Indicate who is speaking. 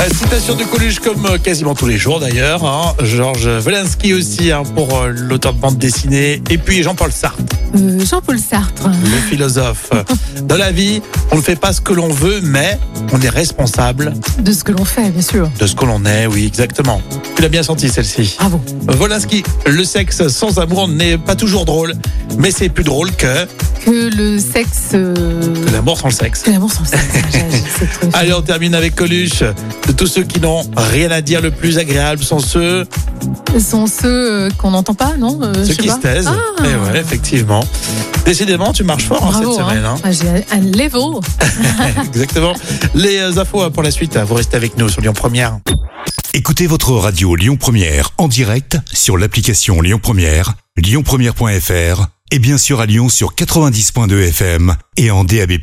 Speaker 1: Euh, Citation de Coluche comme euh, quasiment tous les jours d'ailleurs. hein. Georges Velinsky aussi hein, pour euh, l'auteur de bande dessinée. Et puis Jean-Paul Sartre,
Speaker 2: Euh, Jean-Paul Sartre.
Speaker 1: le philosophe. Dans la vie, on ne fait pas ce que l'on veut, mais on est responsable
Speaker 2: De ce que l'on fait, bien sûr.
Speaker 1: de ce que l'on est. Oui, exactement. Tu l'as bien senti celle-ci.
Speaker 2: Bravo.
Speaker 1: Volinsky, le sexe sans amour n'est pas toujours drôle, mais c'est plus drôle que
Speaker 2: Que le sexe. euh,
Speaker 1: l'amour sans le sexe.
Speaker 2: Que l'amour sans le sexe. J'ai- j'ai- c'est trop-
Speaker 1: Allez, on termine avec Coluche. De tous ceux qui n'ont rien à dire, le plus agréable sont ceux
Speaker 2: Sont ceux euh, qu'on n'entend pas, non Euh, je
Speaker 1: Ceux
Speaker 2: sais
Speaker 1: qui
Speaker 2: pas.
Speaker 1: se taisent.
Speaker 2: Ah.
Speaker 1: Eh ouais, effectivement. Décidément, tu marches fort hein,
Speaker 2: Bravo.
Speaker 1: cette semaine.
Speaker 2: hein.
Speaker 1: hein.
Speaker 2: Ah, J'ai un level.
Speaker 1: Exactement. Les euh, infos hein, pour la suite. hein. Vous restez avec nous sur Lyon Première.
Speaker 3: Écoutez votre radio Lyon Première en direct sur l'application Lyon Première, lyonpremière.fr et bien sûr à Lyon sur 90.2 FM et en DAB+.